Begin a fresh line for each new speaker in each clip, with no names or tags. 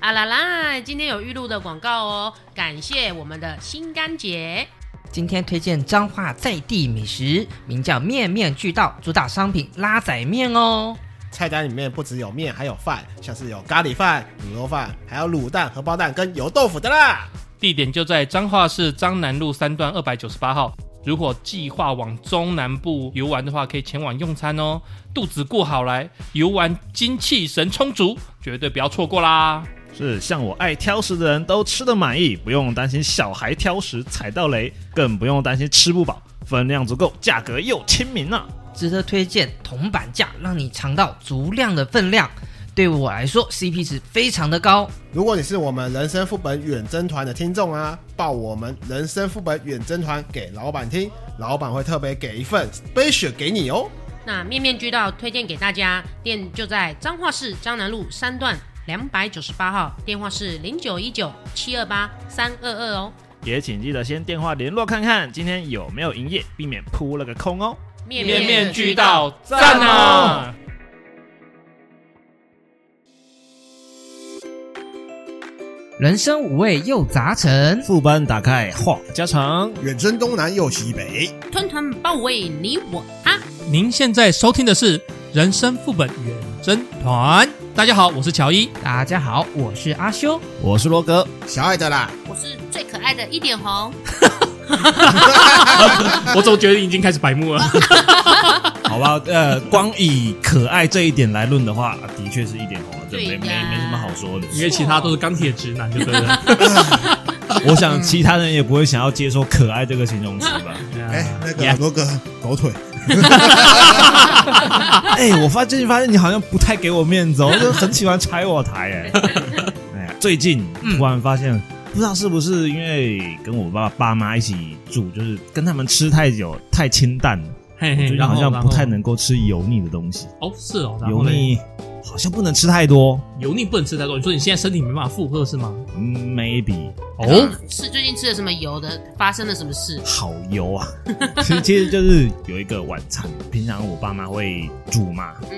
啊啦啦，今天有预录的广告哦，感谢我们的心甘姐。
今天推荐彰化在地美食，名叫面面俱到，主打商品拉仔面哦。
菜单里面不只有面，还有饭，像是有咖喱饭、卤肉饭，还有卤蛋、荷包蛋跟油豆腐的啦。
地点就在彰化市彰南路三段二百九十八号。如果计划往中南部游玩的话，可以前往用餐哦。肚子过好来，游玩精气神充足，绝对不要错过啦！
是像我爱挑食的人都吃得满意，不用担心小孩挑食踩到雷，更不用担心吃不饱，分量足够，价格又亲民呢、
值得推荐铜板价，让你尝到足量的分量。对我来说，CP 值非常的高。
如果你是我们人生副本远征团的听众啊，报我们人生副本远征团给老板听，老板会特别给一份 special 给你哦。
那面面俱到推荐给大家，店就在彰化市彰南路三段两百九十八号，电话是零九一九七二八三二二哦。
也请记得先电话联络看看今天有没有营业，避免扑了个空哦。
面
面面俱
俱
到，
赞
赞
啊
啊！
人生五味又杂陈，
副班打开话家常，
远征东南又西北，
团团包围你我他。
您现在收听的是《人生副本远征团》，大家好，我是乔伊。
大家好，我是阿修。
我是罗哥，
小爱的啦，
我是最可爱的一点红，
我总觉得已经开始白目 了。
好吧，呃，光以可爱这一点来论的话，的确是一点红，这
对
没没
呀
没什么好说的。
因为其他都是钢铁直男，就对了。
我想其他人也不会想要接受可爱这个形容词吧。
哎、那个
Yeah
罗哥狗腿，
哎、我发最近发现你好像不太给我面子、哦，就很喜欢拆我台 哎。哎呀，最近突然发现，不知道是不是因为跟我爸爸妈一起住，就是跟他们吃太久太清淡了，
哎嘿
我
嘿，
觉得
然
好
后
像不太
然
能够吃油腻的东西，
后哦，是哦，然后
油
嘞
腻好像不能吃太多。
油腻不能吃太多。你说你现在身体没办法负荷是吗？
嗯，maybe
哦，
是最近吃了什么油的？发生了什么事？
好油啊！其实其实就是有一个晚餐，平常我爸妈会煮嘛，
嗯，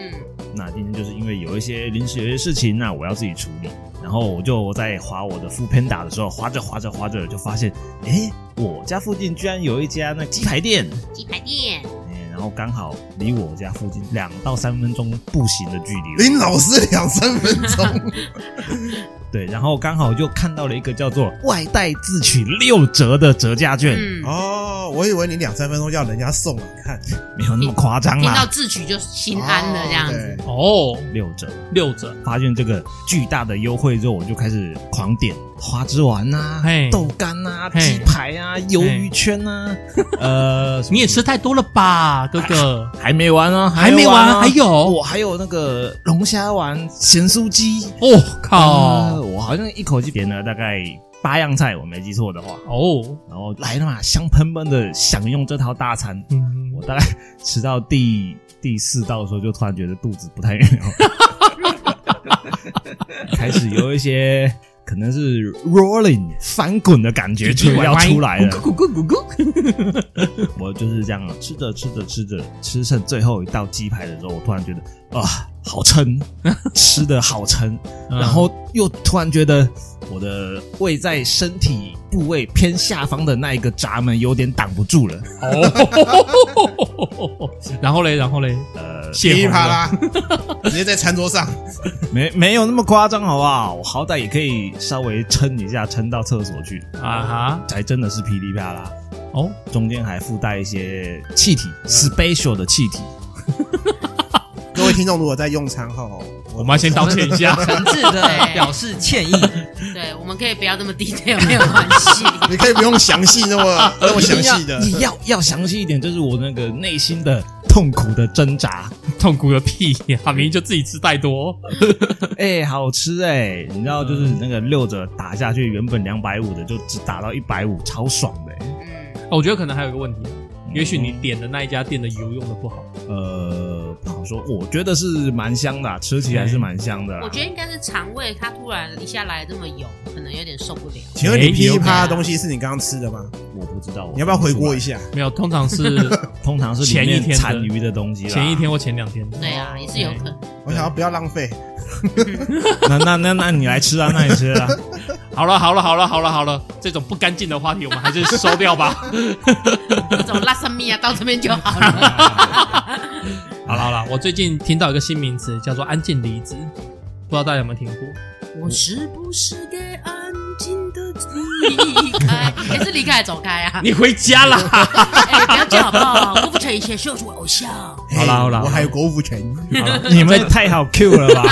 那今天就是因为有一些临时有一些事情，那我要自己处理。然后我就在划我的副偏打的时候，划着划着划着就发现，哎，我家附近居然有一家那鸡排店，
鸡排店，
哎，然后刚好离我家附近两到三分钟步行的距离。
林老师两三分 钟，
对，然后刚好就看到了一个叫做外带自取六折的折价券，
嗯，
哦，我以为你两三分钟要人家送了，你看
没有那么夸张
嗯听到
啦，
自取就心安了这样子。
哦
哦，
六折。
六折，
发现这个巨大的优惠之后，我就开始狂点花枝丸呐、
嘿
豆干呐、
嘿
鸡排啊、鱿鱼圈啊呐、 呃，什么
你也吃太多了吧，哥哥？
还没完啊，
还
没
没
完
完，
啊、
还有
我还有那个龙虾丸、咸酥鸡
哦，
呃
靠，
我好像一口气点了大概八样菜，我没记错的话，
哦，
然后来了嘛，香喷喷的享用这套大餐，
嗯，
我大概 吃到第第四道的时候，就突然觉得肚子不太妙， 开始有一些可能是 rolling 翻滚的感觉就要出来了。
咕咕咕咕咕咕，
我就是这样吃着吃着吃着，吃剩最后一道鸡排的时候，我突然觉得啊，好撑，吃的好撑，
嗯
然后又突然觉得我的胃在身体部位偏下方的那一个闸门有点挡不住了。
哦，然后嘞，然后嘞，
呃，
谢
噼里
红
啪
了
啦，直接在餐桌上，
没没有那么夸张，好不好？我好歹也可以稍微撑一下，撑到厕所去，
啊
才真的是噼里啪啦。
哈，哦，
中间还附带一些气体、s p e c i a l 的气体。
各位听众如果在用餐后哦，
我们要先道歉一下。
诚挚 的表示歉意，
对，我们可以不要这么 detail，没有关系。
你可以不用详细那么那么详细的，
一定要要要详细一点，就是我那个内心的痛苦的挣扎。
痛苦个屁呀、明明就自己吃太多。
哎、好吃哎、你知道，就是那个六折打下去，原本两百五的就只打到一百五，超爽的、欸。
嗯，
哦我觉得可能还有一个问题，也许你点的那一家店的油用的不好。
呃，不好说，我觉得是蛮香的啊、吃起来是蛮香的啦。啊
我觉得应该是肠胃，它突然一下来这么油，可能有点受不了。
请问你
哎
噼里
有
啪啦
可能
的东西是你刚刚吃的吗？
我不知道。
你要不要回锅一
下？
下？
没有，通常是
通常是里
前一
面
天的
残余的东西啦。
前一天或前两天。哎
对啊，也是有可能。
我想要不要浪费，
那那那那你来吃啊，那你吃啊。
好了好了好了好了好了，这种不干净的话题我们还是收掉吧。
这 种拉萨米啊，到这边就好 了。
好了 好了，我最近听到一个新名词叫做安静离职，不知道大家有没有听过？
我是不是该安静的离开？也是离开还是走开 啊？
你回家啦！
哎，不要这样好不好？郭富城以前是我的偶像，
哎
好啦好啦
我还有国务权，
你们太好 Q 了吧？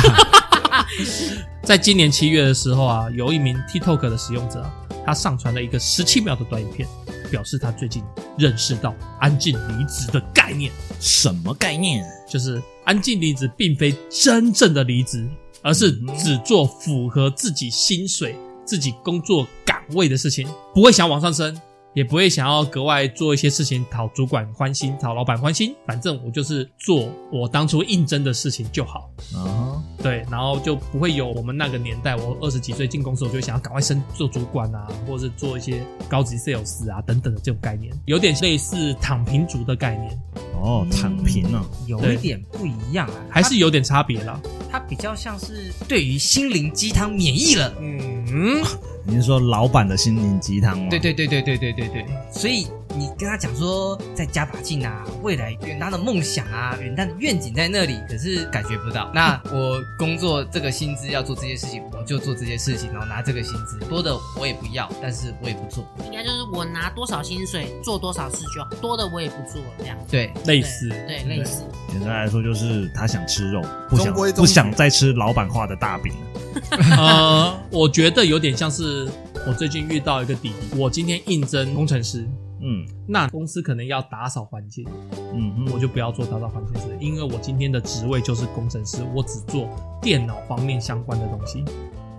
在今年七月的时候啊，有一名 TikTok 的使用者啊、他上传了一个十七秒的短影片，表示他最近认识到安静离职的概念，
什么概念？
就是安静离职并非真正的离职，而是只做符合自己薪水、自己工作岗位的事情，不会想往上升。也不会想要格外做一些事情讨主管欢心、讨老板欢心，反正我就是做我当初应征的事情就好。
啊，
对，然后就不会有我们那个年代，我二十几岁进公司，我就会想要赶快升做主管啊，或者是做一些高级 sales 啊等等的这种概念，有点类似躺平族的概念，
哦，躺平哦，
有
对
一点不一样啊，
还是有点差别啦。
它它比较像是对于心灵鸡汤免疫了。
嗯，
你是说老板的心灵鸡汤吗？
对对对对对对对对，所以你跟他讲说再加把劲啊，未来远大的梦想啊，远大的愿景在那里，可是感觉不到。那我工作这个薪资要做这些事情，我就做这些事情，然后拿这个薪资，多的我也不要，但是我也不做。
应该就是我拿多少薪水做多少事就好，多的我也不做这样。
对，
类似，
对，类似。
简单来说就是他想吃肉，不想
中规中矩
不想再吃老板画的大饼了。
呃，我觉得有点像是我最近遇到一个弟弟，我今天应征工程师，
嗯
那公司可能要打扫环境，
嗯哼，
我就不要做打扫环境师，因为我今天的职位就是工程师，我只做电脑方面相关的东西。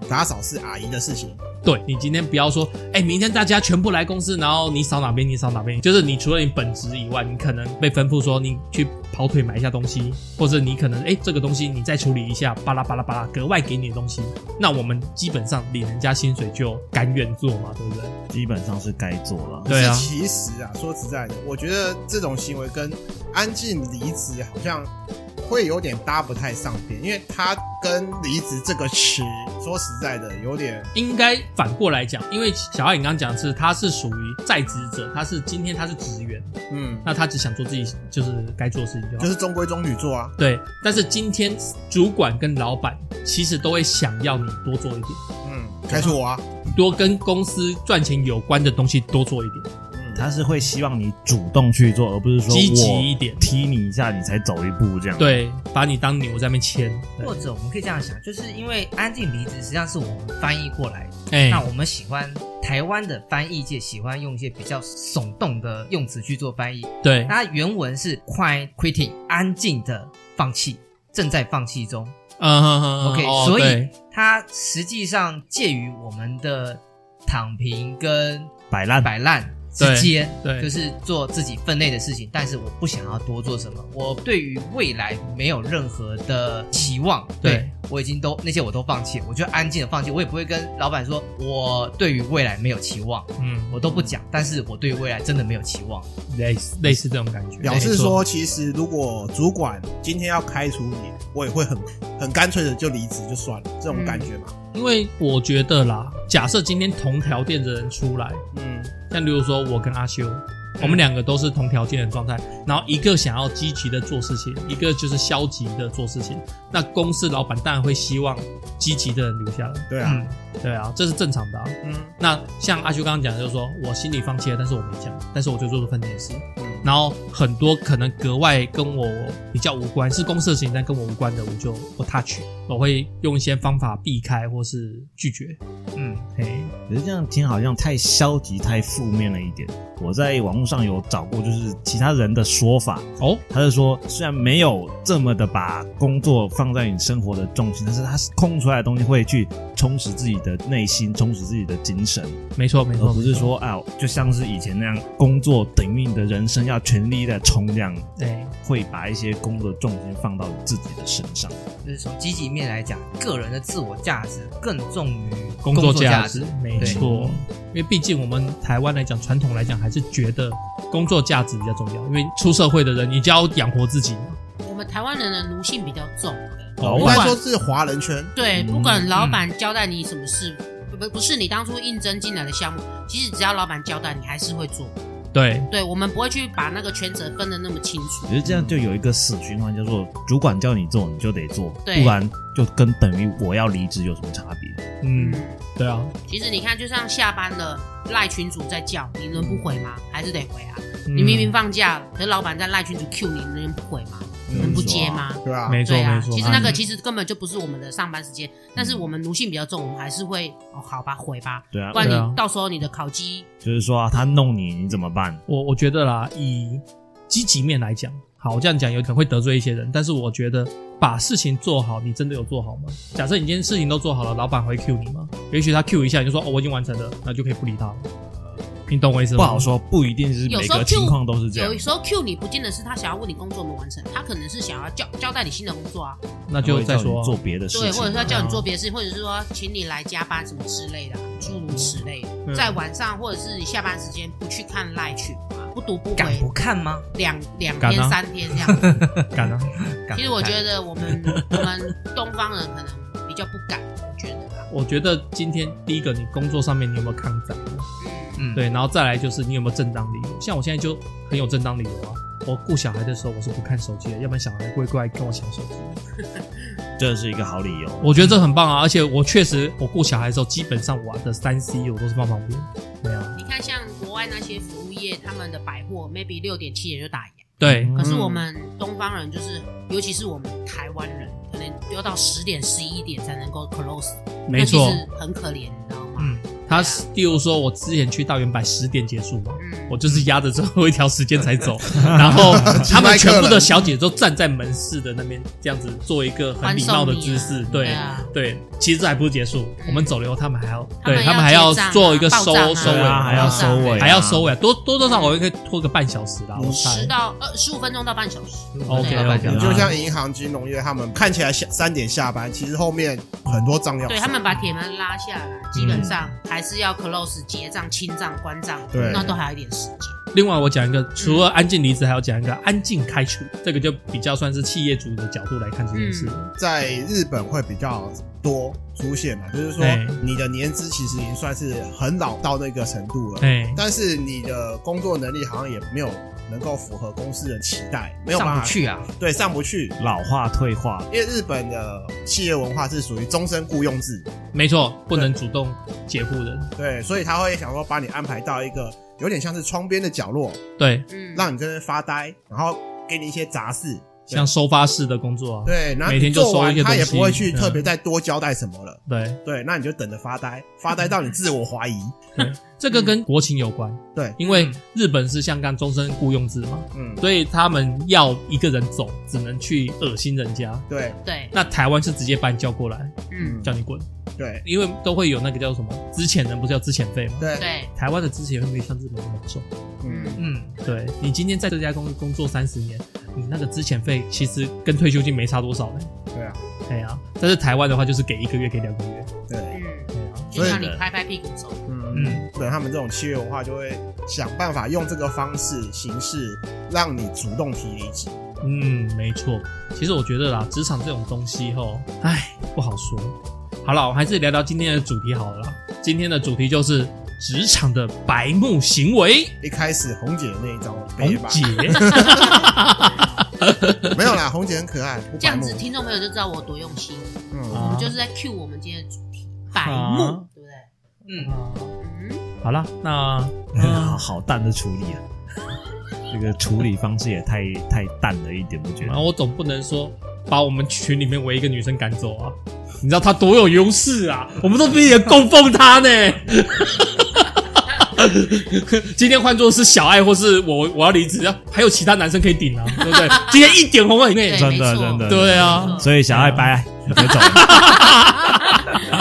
打扫是阿姨的事情，
对你今天不要说，哎、明天大家全部来公司，然后你扫哪边你扫哪边，就是你除了你本职以外，你可能被吩咐说你去跑腿买一下东西，或者你可能哎、这个东西你再处理一下，巴拉巴拉巴拉，格外给你的东西，那我们基本上领人家薪水就甘愿做嘛，对不对？
基本上是该做了。
对啊
可是其实啊，说实在的，我觉得这种行为跟安静离职啊好像会有点搭不太上边，因为它跟离职这个词，说实在的，有点
应该反过来讲，因为小爱你刚刚讲的是他是属于在职者，他是今天他是职员，
嗯，
那他只想做自己就是该做的事情就好
就。是中规中矩做啊。
对，但是今天主管跟老板其实都会想要你多做一点。
嗯，开除我啊！
多跟公司赚钱有关的东西多做一点，
他是会希望你主动去做，而不是说
积极一
我
点。
踢你一下你才走一步这样。，
对，把你当牛在那边牵。对
或者我们可以这样想，就是因为安静离职实际上是我们翻译过来的，
哎、
那我们喜欢台湾的翻译界喜欢用一些比较耸动的用词去做翻译，
对，
它原文是 quiet quitting，安静的放弃，正在放弃中。
嗯哼哼
OK，、
哦
所以
对
它实际上介于我们的躺平跟
摆烂
摆烂之间，
对对
就是做自己分内的事情，但是我不想要多做什么，我对于未来没有任何的期望，
对
我已经都那些我都放弃了，我就安静的放弃，我也不会跟老板说我对于未来没有期望，
嗯，
我都不讲，但是我对于未来真的没有期望，
类似类似这种感觉。
表示
没错，
说，其实如果主管今天要开除你，我也会很很干脆的就离职就算了，这种感觉嘛。
因为我觉得啦，假设今天同条件的人出来，
嗯，
像比如说我跟阿修，我们两个都是同条件的状态，然后一个想要积极的做事情，一个就是消极的做事情，那公司老板当然会希望积极的人留下来。
对啊，
对啊，这是正常的、啊。
嗯
那像阿修刚刚讲，的，就是说我心里放弃了，但是我没讲，但是我就做出分内事。
嗯，
然后很多可能格外跟我比较无关，是公司的事情，但跟我无关的，我就不 touch，我会用一些方法避开或是拒绝。
嗯，
嘿，
可是这样听好像太消极、太负面了一点。我在网络上有找过，就是其他人的说法，
哦，
他是说虽然没有这么的把工作放在你生活的重心，但是他空出来的东西会去充实自己的内心，充实自己的精神，
没错没
而
错，
不是说啊，就像是以前那样，工作等于你的人生要全力的冲这样。
对，
会把一些工作重心放到自己的身上，
就是从积极面来讲，个人的自我价值更重于
工作价值没没错，因为毕竟我们台湾来讲，传统来讲还是觉得工作价值比较重要，因为出社会的人，你就要养活自己嘛。
我们台湾人的奴性比较重，
哦
应
不
该
管
说是华人圈，
嗯
对，不管老板交代你什么事，不不不是你当初应征进来的项目，其实只要老板交代，你还是会做。
对
对，我们不会去把那个权责分的那么清楚
我。觉得这样就有一个死循环，叫做主管叫你做你就得做，
对
不然就跟等于我要离职有什么差别？
嗯
嗯，，
对啊，
其实你看，就像下班了，赖群主在叫，你能不回吗？还是得回啊。
嗯
你明明放假了，可是老板在赖群主 Q 你，你能不回吗？
有人
能不
说
接
啊？
吗？
对吧？
嗯没错
对
没
啊，
错，
其实那个
嗯
其实根本就不是我们的上班时间，但是我们奴性比较重，我们还是会哦好吧回吧，
对啊
不，然
对啊
你到时候你的烤鸡
就是说啊，他弄你，你怎么办？
嗯
我我觉得啦，以积极面来讲，好，我这样讲有可能会得罪一些人，但是我觉得把事情做好，你真的有做好吗？假设你今天事情都做好了，老板会 Q 你吗？也许他 Q 一下，你就说哦，我已经完成了，那就可以不理他了。呃你懂我意思吗？
不好，说，不一定是
有
每
时候
个
Q
情况都是这样
有。时候 Q 你不见得是他想要问你工作有没有完成，他可能是想要交交代你新的工作啊，
那就
会
再
叫你
说啊
做别的事情
对，
啊，
或者是要叫你做别的事情，或者是说请你来加班什么之类的啊，诸如此类的。
嗯
在晚上或者是你下班时间不去看赖群嘛，不读不
敢
回
不看吗？
两两
敢啊
天三天这样。
敢啊，
敢不看
其实我觉得我们我们东方人可能比较不敢，我觉得啊，
我觉得今天第一个，你工作上面你有没有抗战？
嗯，
对，然后再来就是你有没有正当理由？像我现在就很有正当理由啊。我顾小孩的时候，我是不看手机的，要不然小孩会过来跟我抢手机。
嗯这是一个好理由。
我觉得这很棒啊！而且我确实，我顾小孩的时候，基本上我的三 C 我都是放旁边，啊没有。
你看像国外那些服务业，他们的百货 maybe 六点七点就打烊。
对，
可是我们东方人就是，尤其是我们台湾人，可能要到十点、十一点才能够 close，
没错
那其。实很可怜，你知道吗？
嗯，他是例如说，我之前去大圆百十点结束嘛，
嗯，
我就是压着最后一条时间才走，然后他们全部的小姐都站在门市的那边，这样子做一个很礼貌的姿
欢送
势
你啊，
对。
啊，
对，其实还不是结束，我们走了以后，他们还要，
他们
对他
要
们还要
结账啊
做一个收
报账啊
收尾，
对啊，还要
报账
收尾啊，
还要收尾，多多多少少我也可以拖个半小时啦，我猜
十。到二十五分钟到半小时。
OK
对
OK，
你就像银行、金融业，他们看起来下三点下班，其实后面很多账要
对
算
他们把铁门拉下来，基
嗯
本上还是要 close 结账、清账、关账，
对
那都还有一点时间。
另外，我讲一个，除了安静离职，还要讲一个安静开除，这个就比较算是企业主的角度来看这件事。
嗯
在日本会比较多出现嘛，就是说
对
你的年资其实已经算是很老到那个程度了，
哎、
但是你的工作能力好像也没有能够符合公司的期待，没有办
上
法
不，去啊，
对，上不去。
老化退化，
因为日本的企业文化是属于终身雇佣制，
没错，不能主动解雇人。
对，所以他会想说把你安排到一个有点像是窗边的角落，
对，
嗯，
让你在那边发呆，然后给你一些杂事，对
像收发室的工作啊，
对，然后
每天就
做
收一
完
些
他也
东西
不会去
嗯
特别再多交代什么了。
对
对，那你就等着发呆，发呆到你自我怀疑。
这个跟国情有关。
嗯对
因为日本是像刚终身雇佣制嘛，
嗯，
所以他们要一个人走，只能去恶心人家。
对，
对，
那台湾是直接把你叫过来，
嗯，
叫你滚，
对，
因为都会有那个叫什么资遣人，不是要资遣费吗？
对，
对，
台湾的资遣费没有像日本那么重。
嗯，
嗯，
对你今天在这家公司工作三十年，你那个资遣费其实跟退休金没差多少呢。
对啊，
哎呀、但是台湾的话就是给一个月，给两个月。
对，
嗯，
哎呀、
就像你
所以呢
拍拍屁股走。
嗯，
嗯，
等他们这种企业文化就会想办法用这个方式形式让你主动提离职。
嗯，没错。其实我觉得啦，职场这种东西吼，唉，不好说。好了，我们还是聊聊今天的主题好了啦。今天的主题就是职场的白目行为。
一开始红姐那一招我
红
背吧，
姐，
没有啦，红姐很可爱，不
这
白
样
目
子，。听众朋友就知道我多用心，
嗯，
我
啊
们就是在 cue 我们今天的主题——白
啊
目，对不对？嗯，
好啦，那嗯
好 好淡的处理啊，这个处理方式也太太淡了一点，我觉
然
得
后。啊我总不能说把我们群里面唯一一个女生赶走啊！你知道她多有优势啊，我们都必须得供奉她呢。 今天换作是小爱或是我，我要离职，啊还有其他男生可以顶啊，对不对？今天一点红了，你们也
对
真的
没错嗯
真的
对啊
没错
所以小爱拜，你别走了，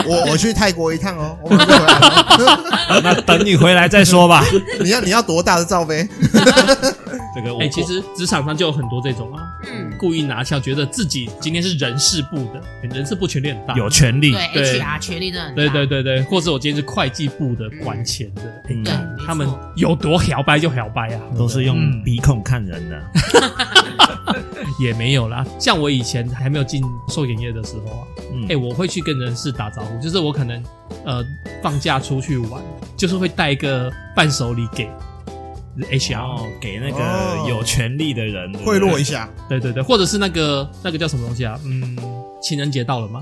我我去泰国一趟哦， 我马上回来了。
那等你回来再 说吧。
你要你要多大的罩杯？
这个我
哎哎、其实职场上就有很多这种啊，
嗯，
故意拿翘，觉得自己今天是人事部的，人事部权力很大。
有权利
对，
对
HR 权力真的很大，
对对对对，或者我今天是会计部的，管钱的，哎
嗯
对，没错
他们有多摇摆就摇摆啊，
都是用
嗯
鼻孔看人的。
也没有啦。像我以前还没有进寿险业的时候啊，
嗯
哎、，我会去跟人事打招呼，就是我可能呃放假出去玩，就是会带一个伴手礼给 HR，、
然后给那
哦
个有权利的人
贿赂一下，
对对对，或者是那个那个叫什么东西啊？嗯，情人节到了嘛，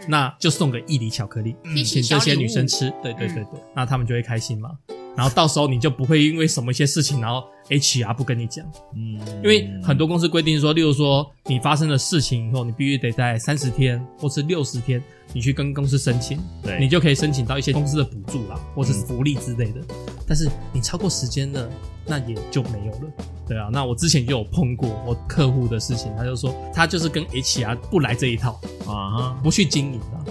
嗯
那就送个一礼巧克力，
嗯
请这些女生吃，对对对对，那她们就会开心嘛。然后到时候你就不会因为什么一些事情，然后 HR 不跟你讲，
嗯，
因为很多公司规定说，例如说你发生了事情以后，你必须得在三十天或是六十天，你去跟公司申请，
对
你就可以申请到一些公司的补助啦，或是福利之类的。但是你超过时间了，那也就没有了。对啊，那我之前就有碰过我客户的事情，他就说他就是跟 HR 不来这一套，
啊哈，
不去经营啊，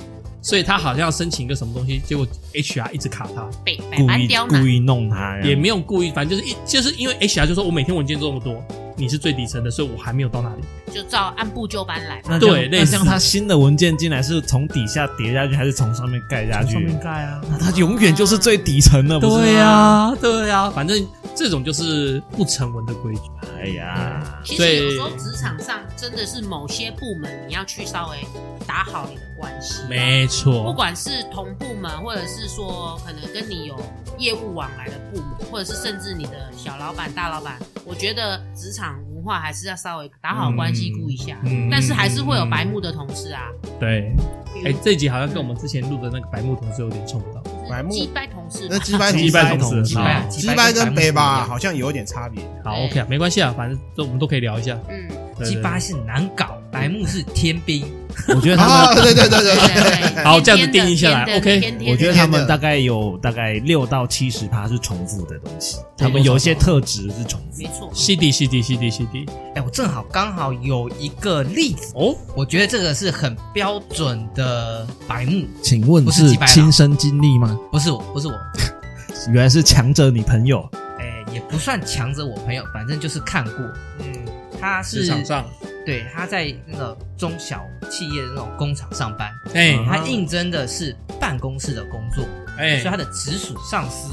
所以他好像要申请一个什么东西，结果 HR 一直卡他，
百百
故
般
意
刁
故
难，
意弄他呀，
也没有故意，反正就是一就是因为 HR 就说我每天文件这么多，你是最底层的，所以我还没有到那里。
就照按部就班来嘛。
那这样
对类
那
似
这样他新的文件进来是从底下叠下去，还是从上面盖下去？
嗯
从上面盖啊，
那他永远就是最底层的，不是吗
对呀、，啊对呀、反正这种就是不成文的规矩。
哎呀，
其
所
实
以
有时候职场上真的是某些部门，你要去稍微打好你的关系，
没
不
错，
管是同部门，或者是说可能跟你有业务往来的部门，或者是甚至你的小老板、大老板，我觉得职场文化还是要稍微打好关系，
嗯
顾一下。
嗯
但是还是会有白目的同事啊，
对。
比
哎
如，
这一集好像跟我们之前录的那个白木同事有点冲到。
白目
击败同事吧
那，鸡掰
鸡掰
同事
啊
鸡掰跟北吧
好，
好像有点差别。
好
对
，OK 啊，没关系啊，反正都我们都可以聊一下。
嗯，
对
鸡。巴是难搞，白目是天兵，
我觉得他们
啊，对对对
对
对对，
对对，
好这样
天天
子
的
定义下来
天天
OK
天天的
我觉得他们大概有大概六到七十趴是重复的东西，
对
他们有一些特质是重复
没。错，
C D C D C D C D，
哎，我正好刚好有一个例子
哦，
我觉得这个是很标准的白目，
请问
不是
是
几百啦
亲身经历吗？
不是我，不是我，
原来是强者你朋友，
哎，也不算强着我朋友，反正就是看过，
嗯，
他是
市场上，
对他在那个中小企业的那种工厂上班，
哎
嗯
他应征的是办公室的工作，所以他
哎，
的直属上司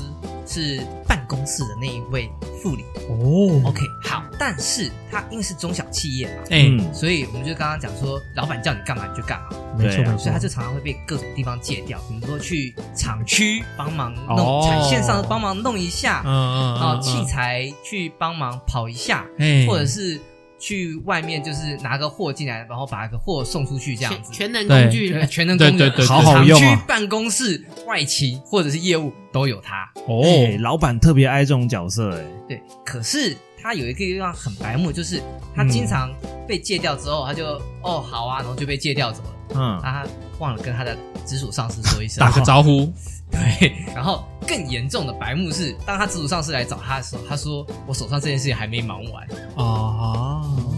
是办公室的那一位副理。
哦，
OK，好，但是他因为是中小企业嘛，
哎，
嗯，
所以我们就刚刚讲说，老板叫你干嘛你就干嘛，
没错
对啊
没
所
错
以他，就常常会被各种地方戒掉，比如说去厂区帮忙
哦
弄产线上帮忙弄一下，
嗯嗯嗯
啊，
嗯
器材去帮忙跑一下，
哎，
或者是去外面就是拿个货进来，然后把个货送出去这样
全
子。
全能工具
对
人，
全能工具
对对对对
好好用啊
厂区办公室、外勤或者是业务都有他。
哦，
哎，老板特别爱这种角色，哎，
对，可是他有一个地方很白目，就是他经常被戒掉之后，他就哦好啊，然后就被戒掉走了。
嗯，
啊，他忘了跟他的直属上司说一声，
打个 招呼，
对，然后更严重的白目是，当他直属上司来找他的时候，他说：“我手上这件事情还没忙完。
啊，
哦，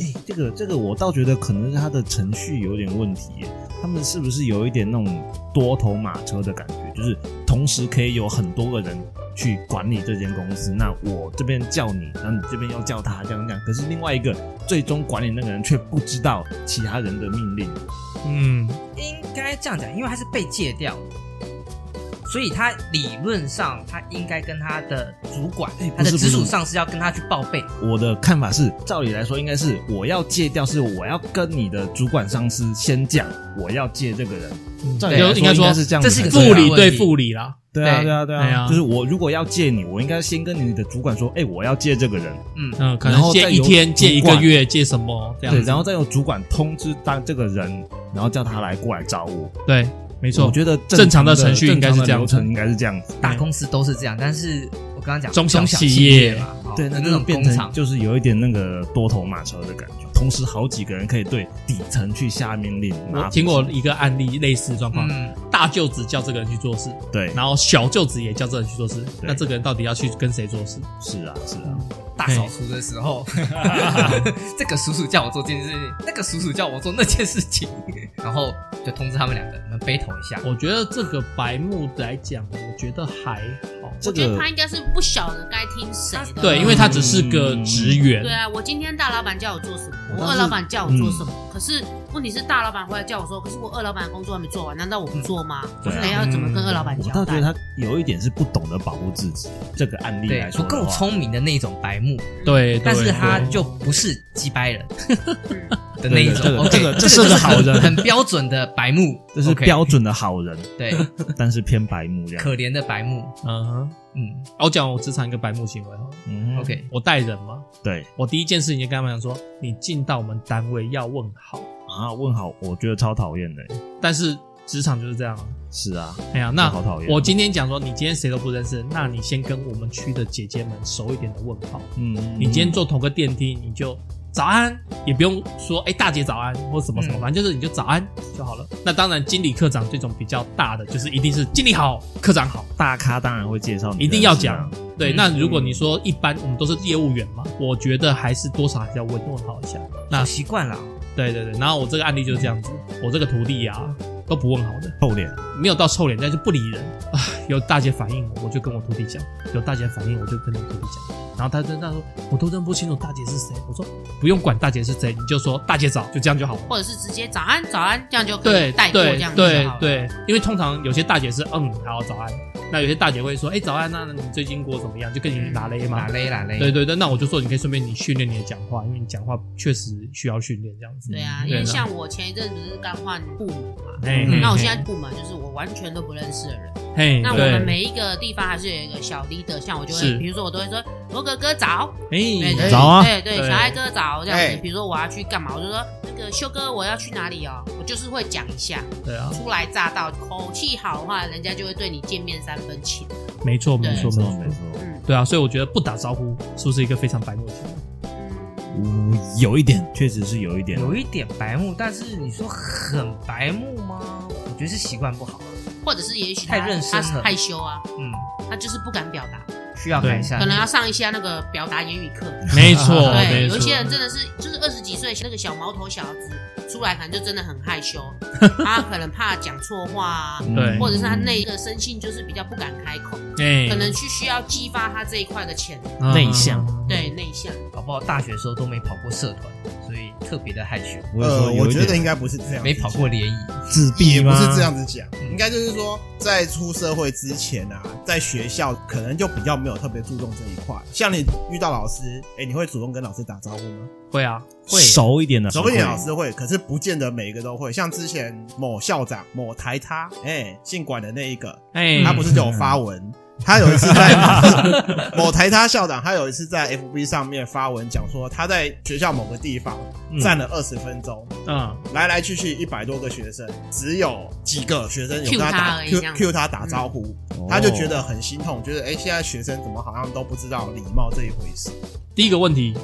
哎，这个这个我倒觉得可能是他的程序有点问题耶，他们是不是有一点那种多头马车的感觉？就是同时可以有很多个人去管理这间公司，那我这边叫你，然后你这边又叫他，这样这样。可是另外一个最终管理那个人却不知道其他人的命令，
嗯，”
应该这样讲，因为他是被戒掉的，所以他理论上他应该跟他的主管
哎、
他
不
的
是
直
不
属
是
上司要跟他去报备。
我的看法是，照理来说应该是我要戒掉，是我要跟你的主管上司先讲，我要戒这个人。照理来
就应该
应
说
该是这样
这
子
是一
才
个
啊，
副
理
理对副理啦，
对啊，
对
对啊，对
对
啊，
啊
就是我如果要戒你，我应该先跟你的主管说，哎，我要戒这个人，
嗯，
嗯，可
然
能
后再
借一
由
天，借一
主
个
管
月，借什么这样
对，
子，
然后再由主管通知当这个人，然后叫他来过来找我。
对，没
我
错，
觉得
正常的程序应该是
正常的
这样
流
子
程应该是这样子。
大公司都是这样，但是我刚刚讲
中小
小
企业
嘛，哦
对，那
那
就
种
是变
工厂
成就是有一点那个多头马车的感觉，同时好几个人可以对底层去下命令。
我
拿
听过一个案例类似的状况，
嗯，
大舅子叫这个人去做事，
对，
然后小舅子也叫这个人去做事，那这个人到底要去跟谁做事？
是啊，是啊，
大扫除的时候，
哎
这个叔叔叫我做这件事情，那个叔叔叫我做那件事情，然后就通知他们两个，你们背头一下。
我觉得这个白目来讲，我觉得还好，
这
我觉得
个嗯
他应该是不晓得该听谁的。
对，因为他只是个职员
对，啊，我今天大老板叫我做什么，我
我倒是嗯
二老板叫我做什么。可是问题是，大老板回来叫我说，可是我二老板的工作还没做完，难道我不做吗？我
对啊嗯
那要怎么跟二老板
我
交
倒觉
代
得？他有一点是不懂得保护自己。这个案例
对
来，说
不
的
够
话，
聪明的那种白目，
对，对
但是他
对
就不是鸡掰人
嗯
的那一种
这个。
OK，
这个这
这
是个
就是
好人
很很标准的白目，
这是
OK，
标准的好人，
对
但是偏白目这样。
可怜的白目。
嗯哼，
嗯
我讲我职场一个白目行为哈，
嗯
，OK，
我带人嘛，
对
我第一件事情就跟他们讲说，你进到我们单位要问好，
啊，问好，我觉得超讨厌的。欸
但是职场就是这样啊。
是啊，
哎呀，那
好讨厌
我今天讲说，你今天谁都不认识，那你先跟我们区的姐姐们熟一点的问好。
嗯，
你今天坐同个电梯，你就早安，也不用说哎、大姐早安或什么什么，
嗯
反正就是你就早安就好了。那当然，经理科长这种比较大的，就是一定是经理好，科长好。
大咖当然会介绍你，
一定要讲。
啊
对，
嗯
那如果你说一般，我们都是业务员嘛，我觉得还是多少还是要问问好一下。那
好习惯了。
对对对，然后我这个案例就是这样子，我这个徒弟啊都不问好的，
臭脸，
没有到臭脸，但是不理人啊。有大姐反应我，我就跟我徒弟讲；有大姐反应，我就跟我徒弟讲。然后他就那说，我都认不清楚大姐是谁。我说不用管大姐是谁，你就说大姐早，就这样就好了。
或者是直接早安早安，这样就可以
对
带过这
对
样子就
对
好了。
对，因为通常有些大姐是嗯好早安，那有些大姐会说哎早安，那你最近过得怎么样？就跟你拉勒
拉，
嘛
嗯
嘞拉嘞，
对对对，那我就说你可以顺便你训练你的讲话，因为你讲话确实需要训练这样子。
对啊，
对
因为
的
像我前一阵子是刚换部门嘛，
哎
嗯
那我现在部门就是我完全都不认识的人。
嘿，
那我们
对
每一个地方还是有一个小 leader，像我就是会，比如说我都会说罗哥哥早，对
哎
对
早啊
对对，
对
小爱哥早这样
哎
子。比如说我要去干嘛，我就说那个修哥我要去哪里哦，我就是会讲一下，
对啊，
初来乍到，口气好的话，人家就会对你见面三分情。
没错没
对
错没
没错
错，
没错，
嗯
对啊，所以我觉得不打招呼是不是一个非常白目的行 为？
嗯，
嗯有一点确实是有一点，
有一点白目，但是你说很白目吗？我觉得是习惯不好，
或者是也许他
太认
他
真了
害羞啊，
嗯，
他就是不敢表达，
需要改善。
可能要上一下那个表达言语课。
没错
对，
没
有
错
一，些人真的是就是二十几岁那个小毛头小子出来，可能就真的很害羞，他可能怕讲错话啊，
嗯
对
或者是他内个生性就是比较不敢开口，
哎
可能去需要激发他这一块的潜能，
嗯
内向
对内向。
嗯搞不好大学的时候都没跑过社团，所以特别的害羞，
我也
呃，
说有
我
一
觉得
点
应该不是这样，
没跑过联谊。
自
也
闭
不
吗？
是这样子讲，应该就是说，在出社会之前啊，在学校可能就比较没有特别注重这一块。像你遇到老师，哎、你会主动跟老师打招呼吗？
会啊，
会
熟一点的，
熟一点啊老师会，可是不见得每一个都会。像之前某校长、某台他，哎、姓管的那一个，
嗯
哎，
他不是就有发文，他有一次在某台他校长，他有一次在 FB 上面发文讲说，他在学校某个地方站了二十分钟，
嗯，
来来去去一百多个学生，只有几个学生有跟
Cue 他
打
而已
Q
这样
Q 他打招呼，
哦
嗯
他就觉得很心痛，觉得哎、诶现在学生怎么好像都不知道礼貌这一回事？
第一个问题，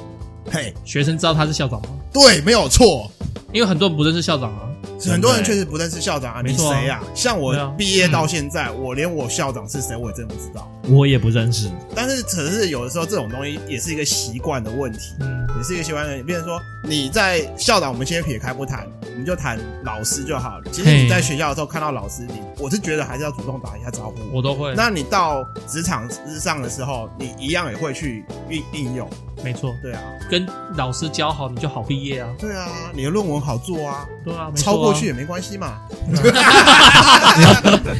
嘿，
学生知道他是校长吗？
对，没有错。
因为很多人不认识校长啊，
真的
很多人确实不认识校长啊，
没
你
错啊
谁啊？像我
对啊
毕业到现在，我连我校长是谁我也真不知道。
我也不认识，
嗯
但是可是有的时候这种东西也是一个习惯的问题，
嗯，
也是一个习惯的问题。比如说你在校长，我们先撇开不谈，我们就谈老师就好了。其实
嘿
你在学校的时候看到老师，你我是觉得还是要主动打一下招呼。
我都会，
那你到职场之上的时候，你一样也会去应应用，
没错，
对啊，
跟老师交好你就好毕业啊，
对啊，你的论文好做啊，
对啊，没错啊
超过去也没关系嘛。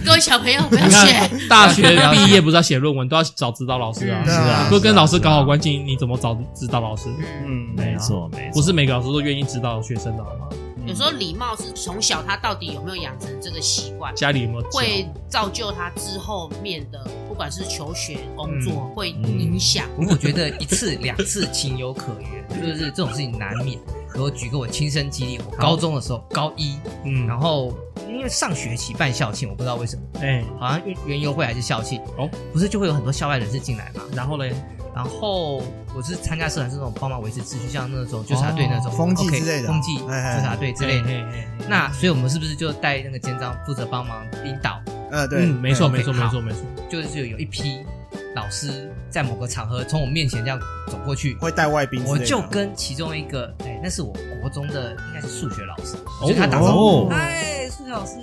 各位小朋友，不要
你
写，
看，大学毕业不是要写论文，都要找指导老师啊
嗯。对
啊
不是跟老师搞好关系，你怎么找指导老师？
嗯，
嗯，
没错没错，
不是每个老师都愿意指导学生的好吗？
有时候礼貌是从小他到底有没有养成这个习惯，
家里有没有教
会造就他之后面的，不管是求学、工作，
嗯
会影响。
不过我觉得一次两次情有可原，就是这种事情难免。我举个我亲身经历，我高中的时候，高一，
嗯，
然后因为上学期办校庆，我不知道为什么，
哎，
好像园园游会还是校庆，
哦，
不是就会有很多校外人士进来嘛。
然后嘞，
然后我是参加社团是那种帮忙维持秩序，像那种纠察队那种
哦风纪
OK，
之类的
风纪
哎哎哎
纠察队之类的。
嘿嘿嘿
那所以我们是不是就带那个监章负责帮忙引导？
呃，对，
嗯，没错，
嗯
没错，
好
没错，没错，
就是有一批老师在某个场合从我面前这样走过去，
会带外宾之类
我
的啊，
就跟其中一个，哎，那是我国中的，应该是数学老师，
哦
所以他打招呼，哎
哦
嗨，数学老师，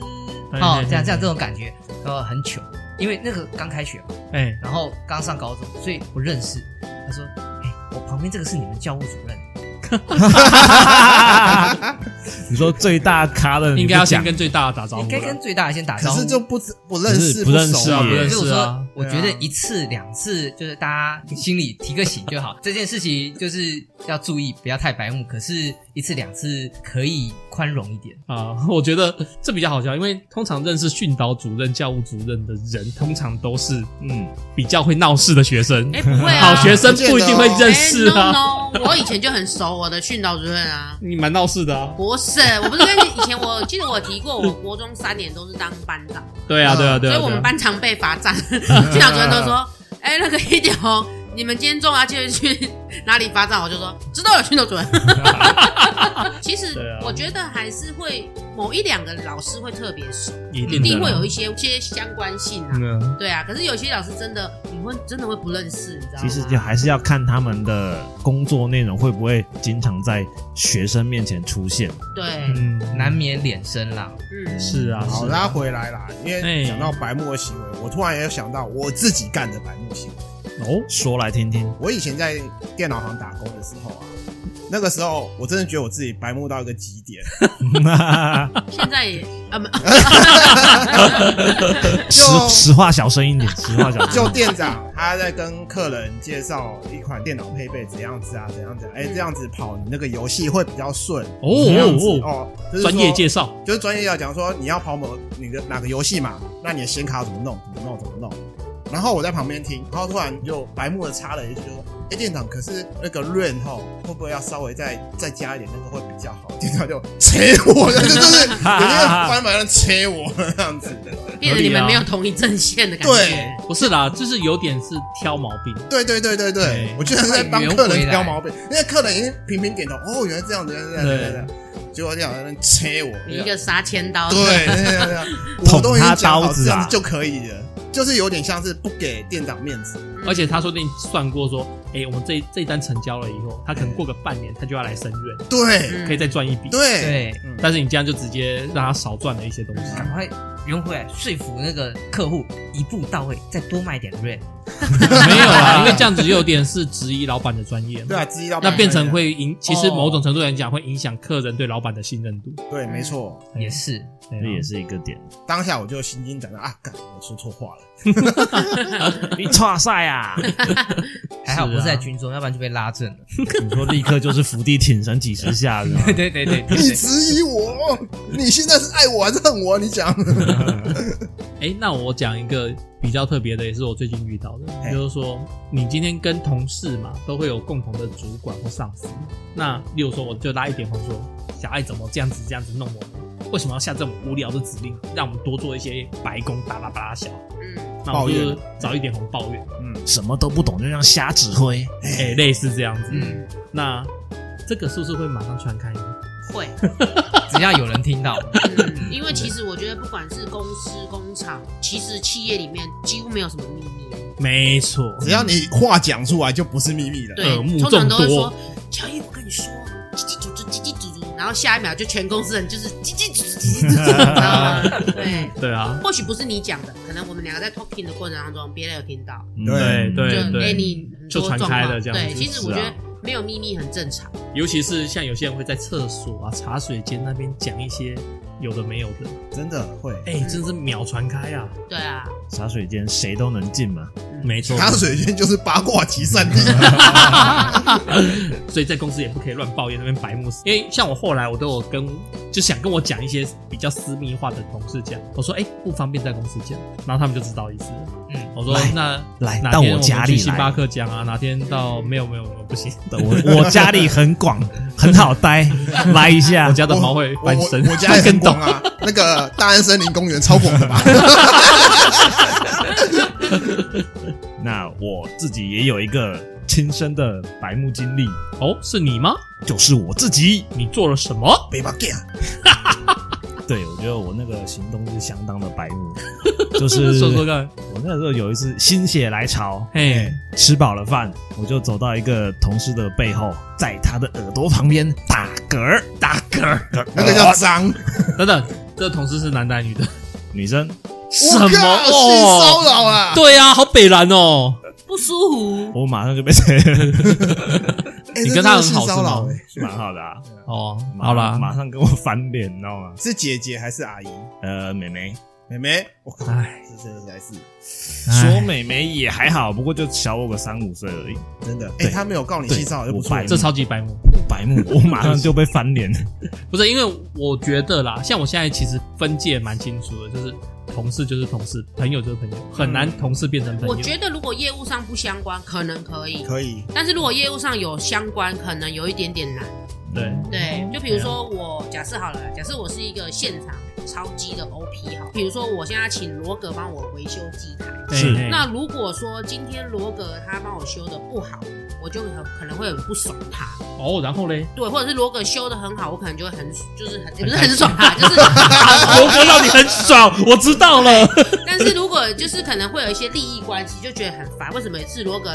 哎
哦
哎，
这
哎
呃样这样这种感觉，然后很糗，因为那个刚开学嘛，
哎，
然后刚上高中，所以不认识。他说：“哎、我旁边这个是你们教务主任。
你说最大咖的，
应该要先
讲，
跟最大的打招”呼
应
了，
该跟最大的先打
可
招呼。
是就不知不认识
不认识
熟
啊
不认
所以我
识啊
说，，我觉得一次两次就是大家心里提个醒就好。这件事情就是要注意，不要太白目。可是，一次两次可以宽容一点。
啊、 我觉得这比较好笑，因为通常认识训导主任、教务主任的人，通常都是
嗯，
比较会闹事的学生。
哎、不会啊，
好学生不一哦定会
哎
认识啊，
no no，我以前就很熟我的训导主任啊。
你蛮闹事的啊。
不是，我不是跟你以前我记得我提过，我国中三年都是当班长，
对啊，对啊，对
所
啊。
以我
对
们
啊
班常被罚 站。训导主任都说：“哎、那个一点红，你们今天中午啊要记得去哪里罚站。”我就说：“知道了，训导主 任。”其实
对啊
我觉得还是会某一两个老师会特别熟，
一
一
的
定
啦
会有一些些相关性啊。
嗯，
对啊，可是有些老师真的你会真的会不认识，你知道吗？
其实就还是要看他们的工作内容会不会经常在学生面前出现。
对，
嗯
难免脸生啦。
嗯，
是啊，
好
是啊
拉回来啦，因
哎
为讲到白目的行为，我突然也想到我自己干的白目行为。
哦，说来听听。
我以前在电脑行打工的时候啊，那个时候我真的觉得我自己白目到一个极点，
现在也啊没
实
就
实话小声一点，实话小
就
声。
店长他在跟客人介绍一款电脑配备怎样子啊，怎样子、啊，哎、这样子跑你那个游戏会比较顺。
哦
这样子
哦
哦，就是
哦，
说
专业介绍，
就是专业要讲说你要跑某你的哪个游戏嘛，那你的显卡怎么弄，怎么弄，怎么弄。然后我在旁边听，然后突然就白目的插了一句，就说：“哎，店长，可是那个 RAM 哈，会不会要稍微再再加一点，那个会比较好？”店长就切我， 就就是有那个翻白眼切我这样子。
啊
变得你们没有同一阵线的感
对
觉。
不是啦，就是有点是挑毛病。
对对对对对
对，
我居然是在帮客人挑毛病，因为客人已经频频点头，哦，原来这样子，原来这样子，原来这样子结果店长在那边切我，
你一个杀千刀，
对，对对对，
捅
我都已
他
经讲
刀
好
子
这样
啊
子就可以了，就是有点像是不给店长面子。
嗯，
而且他说不定算过说，哎，我们这这一单成交了以后，他可能过个半年他就要来申冤，
对
嗯
可以再赚一笔。
对，
对，
但是你这样就直接让他少赚了一些东西。
赶快圆回来，说服那个客户一步到位，再多卖点 r
没有啦，因为这样子就有点是质疑老板的专业嘛。
对啊，知道
那变成会影，其实某种程度来讲会影响客人对老板的信任度。
对，没错。
也是。
对啊
这也是一个点。
当下我就心惊胆战啊，干，我说错话了。
你差赛啊！
还好不
是啊
是在军中，要不然就被拉正了。
你说立刻就是伏地挺身几十下，是 吗？
对对对对
你
对，
质疑我，你现在是爱我还是恨我？你 讲。
哎、那我讲一个比较特别的，也是我最近遇到的，
嘿
就是说你今天跟同事嘛，都会有共同的主管或上司。那例如说，我就拉一点红说，小爱怎么这样子这样子弄我们？为什么要下这么无聊的指令，让我们多做一些白工巴拉巴拉小？
嗯，
那我
抱怨
就找一点红抱怨，
嗯什么都不懂就让瞎指挥，
哎、类似这样子。
嗯，
那这个是不是会马上传开呢？
会，
只要有人听到，
嗯，因为其实我觉得不管是公司、工厂，其实企业里面几乎没有什么秘密。
没错，
只要你话讲出来，就不是秘密 了。
对
耳目，
通常都会
众
说
多
乔伊，我跟你说，叽叽嘟嘟，叽叽嘟嘟，然后下一秒就全公司人就是叽叽嘟嘟，叽叽嘟嘟，你知道吗？对。
对啊，
或许不是你讲的，可能我们两个在 talking 的过程当中，别人有听到，
对
嗯
对
就
对，
哎、你很
就
多
传
状
开
况，
了这样子。
对，其实我觉得没有秘密很正常。
尤其是像有些人会在厕所啊、茶水间那边讲一些有的没有的，
真的会。
哎、真是秒传开啊！
对啊，
茶水间谁都能进嘛。
没错，
茶水间就是八卦集散地，
所以在公司也不可以乱抱怨那边白目，因为像我后来我都有跟就想跟我讲一些比较私密话的同事讲，我说哎、不方便在公司讲，然后他们就知道意思了。
嗯
我说
来
那
来
哪
到
天
我
们
家里
去星
来
巴克讲啊，哪天到没有没有没有不行，
我我家里很 广，很好待，来一下
我。家的猫会
我
翻
我
身，
我家也
跟
很
懂
广啊， 那个大安森林公园超广的吧？
那我自己也有一个亲身的白目经历，
哦，是你吗？
就是我自己。
你做了什么？
北巴啊 g
对，我觉得我那个行动是相当的白目，就 是
说说看，
我那时候有一次心血来潮，
嘿，
吃饱了饭，我就走到一个同事的背后，在他的耳朵旁边打嗝儿，打嗝儿，
那个叫脏，
等等，这同事是男的还是女的？
呃女生，
什
我靠
么
性
哦？
骚扰啦！
对啊，好北蓝哦，
不舒服。
我马上就被 这
哎
你
这
跟他
真的是
很好
骚
是吗
扰哎，
欸
是蛮好的啊。
哦，
马
好啦，
马上跟我翻脸，你知道吗？
是姐姐还是阿姨？
呃，美眉，
妹妹，我靠，
哎
这真的才是
说美眉也还好，不过就小我个三五岁而已。
真的。哎，
对
他没有告你
对
性骚扰就不
我
错
白
了。
这超级白目。
白目，我马上就被翻脸。
不是因为我觉得啦，像我现在其实分界蛮清楚的，就是同事就是同事，朋友就是朋友，很难同事变成朋友。
我觉得如果业务上不相关，可能可以；
可以，
但是如果业务上有相关，可能有一点点难。
对，
哦对，啊就比如说我假设好了，假设我是一个现场超级的 OP 好，比如说我现在请罗格帮我维修机台，
是
哎
那如果说今天罗格他帮我修的不好，我就很可能会很不爽他，
哦，然 后嘞，
对，或者是罗格修的很好，我可能就会很就是很也不是
开
很
心
爽他，就是好
罗
哎
哥让你很爽，我知道了。
但是如果就是可能会有一些利益关系，就觉得很烦，为什么每次罗格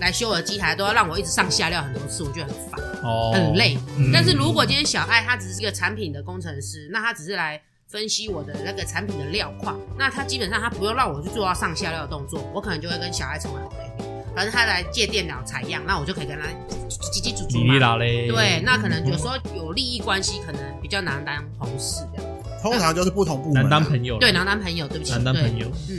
来修我的机台都要让我一直上下料很多次，我觉得很烦。
哦，
很累。但是如果今天小爱他只是一个产品的工程师，那他只是来分析我的那个产品的料况，那他基本上他不用让我去做到上下料的动作，我可能就会跟小爱成为好朋友。反正他来借电脑采样，那我就可以跟他叽叽叽
哩哩
叽嘛。
啦嘞，
对，那可能有时候有利益关系，可能比较难当同事这样。
通常就是不同部门
难
啊。
当朋友，
对，难当朋友，对不起，
嗯难当
对
朋友，
嗯，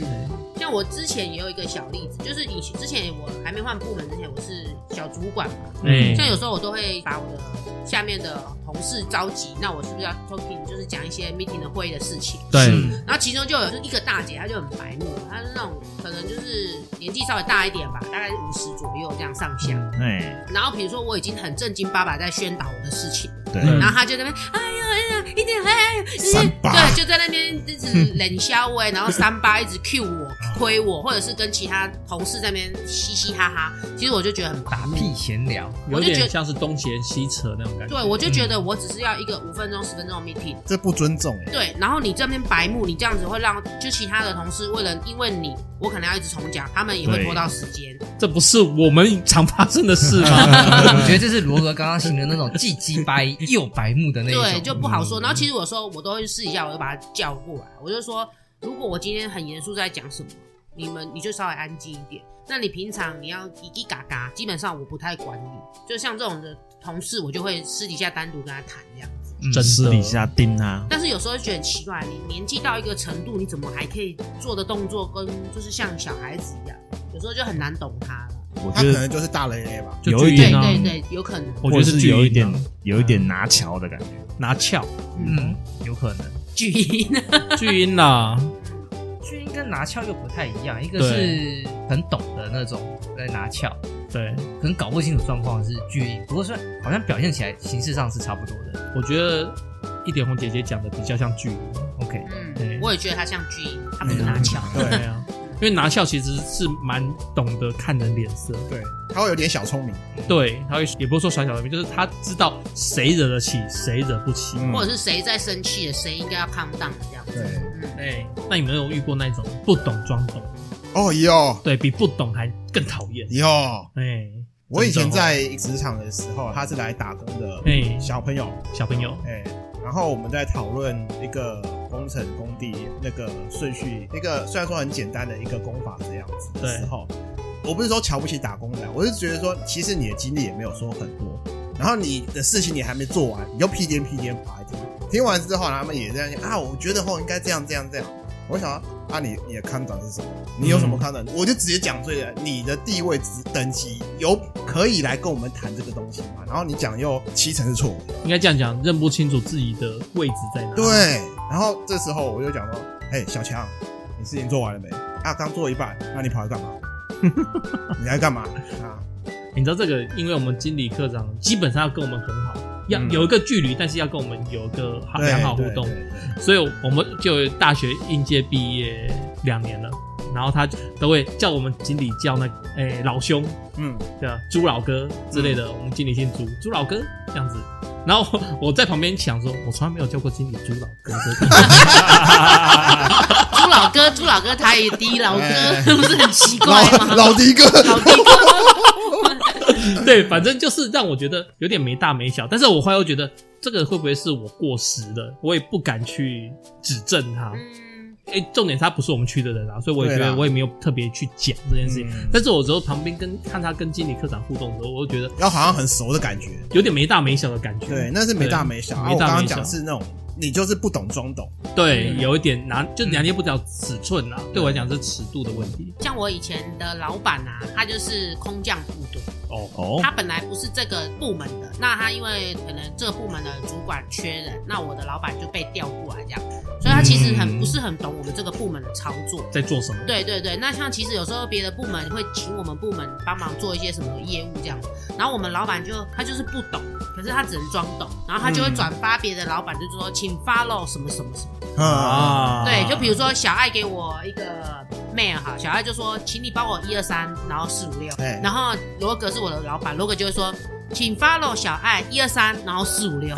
像我之前也有一个小例子，就是以前之前我还没换部门之前，我是小主管嘛，
嗯
哎，
嗯像有时候我都会把我的下面的同事召集，那我是不是要 talking，就是讲一些 meeting 的会议的事情？
对，
嗯
然后其中就有一个大姐，她就很白目，她是那种可能就是年纪稍微大一点吧，大概五十左右这样上下。
哎，
然后比如说我已经很正经八百在宣导我的事情，
对，
嗯
然后她就在那边，哎呀哎呀，一点哎呀，
三八嗯
对，就在那边一直冷笑喂，然后三八一直 cue 我、推我，或者是跟其他同事在那边嘻嘻哈哈。其实我就觉得很
打
烦。
屁闲聊，
有
我就觉
点
得
像是东邪西扯那种感觉。
对，我就觉得我只是要一个五分钟、十分钟的 meeting。
这不尊重哎。
对，然后你这边白目，你这样子会让就其他的同事为了因为你，我可能要一直重讲，他们也会
对
拖到时间。
这不是我们常发生的事 吗？
我觉得这是罗格刚刚形容那种既鸡掰又白目的那一种，
对，就不好说。然后其实我说我都会试一下，我就把他叫过来，我就说，如果我今天很严肃在讲什么，你们你就稍微安静一点。那你平常你要叽叽嘎嘎，基本上我不太管你。就像这种的同事，我就会私底下单独跟他谈这样。
真
真
私
的
底下盯他，
但是有时候就觉得很奇怪，你年纪到一个程度，你怎么还可以做的动作跟就是像小孩子一样？有时候就很难懂他了。
我
他
觉
可
得
能就是大雷雷吧，
就
有一
对
巨
点
婴啊
嗯
对对，有可能。
我觉得
或者
巨
是有一点
婴啊
有一点拿桥的感觉。
拿翘
嗯，有可能。
巨婴，
巨婴啊啦，
巨婴跟拿翘又不太一样，一个
对
是很懂的那种在拿翘，
对，
可能搞不清楚状况的是巨婴，不过虽然好像表现起来形式上是差不多的。
我觉得一点红姐姐讲的比较像巨婴。
OK，
对啊
嗯，我也觉得他像巨婴，他不是拿翘。
对
对啊，因为拿翘其实是蛮懂得看人脸色，
对，他会有点小聪明，
对，他会也不是说甩小人命，就是他知道谁惹得起，谁惹不起。
嗯
或者是谁在生气了，谁应该要 calm down 这样子。
对，
嗯，
哎，那你们有遇过那种不懂装懂，
哦哟
对比不懂还更讨厌？
哟，
哎，
我以前
真的哦
在职场的时候，他是来打工的
哎
小朋友，
小朋友，
哎，然后我们在讨论一个工程工地那个顺序，一个虽然说很简单的一个工法这样子的时候，我不是说瞧不起打工的，我是觉得说，其实你的经历也没有说很多，然后你的事情你还没做完，你就屁颠屁颠跑来听，听完之后他们也在那边啊，我觉得吼应该这样这样这样，我想说啊你你的看长是什么？你有什么看长？我就直接讲最你的地位职等级有可以来跟我们谈这个东西嘛？然后你讲又七成是错误的。
应该这样讲，认不清楚自己的位置在哪。，
对，然后这时候我就讲说，嘿，小强，你事情做完了没？啊，刚做一半，那你跑来干嘛？ 你来干嘛啊？
你知道这个，因为我们经理科长基本上要跟我们很好，要
嗯
有一个距离，但是要跟我们有一个好
对
良好互
对
动
对。对
所以我们就大学应届毕业两年了，然后他都会叫我们经理叫那诶、老兄，
嗯，
对啊，朱老哥之类的，我们经理姓朱，朱老哥这样子。然后我我在旁边想说，我从来没有叫过经理朱老哥这个，
朱老哥，朱老哥他也低，老
哎
哥 不是很奇怪
老
吗？
老迪哥，
老弟哥，
对，反正就是让我觉得有点没大没小。但是我后来又觉得，这个会不会是我过时了？我也不敢去指正他。
嗯，
哎、重点他不是我们区的人啊，所以我也觉
对
得
啦
我也没有特别去讲这件事情。
嗯
但 是我有时候旁边跟看他跟经理科长互动的时候，我就觉得
要好像很熟的感觉。
有点没大没小的感觉。
对，那是没大没小。啊
嗯没
我
大
刚
没
刚
小
讲是嗯那种你就是不懂装懂，
对，有一点拿就拿捏不了尺寸啦、对我来讲是尺度的问题。
像我以前的老板啊，他就是空降部队，
哦
他本来不是这个部门的，那他因为可能这个部门的主管缺人，那我的老板就被调过来这样，所以他其实很不是很懂我们这个部门的操作。
在做什么？
对对对，那像其实有时候别的部门会请我们部门帮忙做一些什么业务这样，然后我们老板就他就是不懂，可是他只能装懂，然后他就会转发别的老板，就是说请 follow 什么什么什么。
啊，
啊，
对，就比如说小爱给我一个 mail 哈，小爱就说，请你帮我一二三，然后四五六
哎，
然后罗格是我的老板，罗格就会说。请 follow 小爱一二三，然后四五六。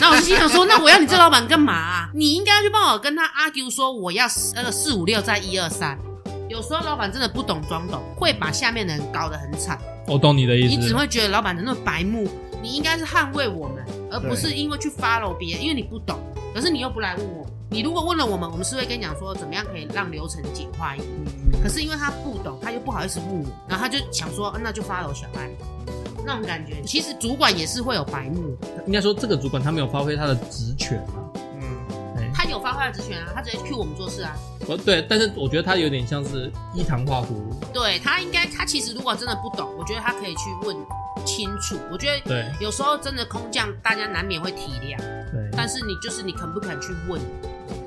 那我就心想说，那我要你这老板干嘛、啊？你应该去帮我跟他 argue 说，我要那个四五六再一二三。有时候老板真的不懂装懂，会把下面的人搞得很惨。
我懂你的意
你只
思。
会觉得老板怎么那么白目？你应该是捍卫我们，而不是因为去 follow 别人，因为你不懂。可是你又不来问我，你如果问了我们，我们是会跟你讲说怎么样可以让流程简化一点。
嗯
可是因为他不懂，他又不好意思问我，然后他就想说，啊那就 follow 小爱那种感觉。其实主管也是会有白目的，
应该说这个主管他没有发挥他的职权啊。
嗯，
哎
他有发挥的职权啊，他直接 cue 我们做事啊。
我对，但是我觉得他有点像是一堂画葫芦。
对他应该，他其实如果真的不懂，我觉得他可以去问清楚。我觉得
对
有时候真的空降，大家难免会体谅。
对，
但是你就是你肯不肯去问？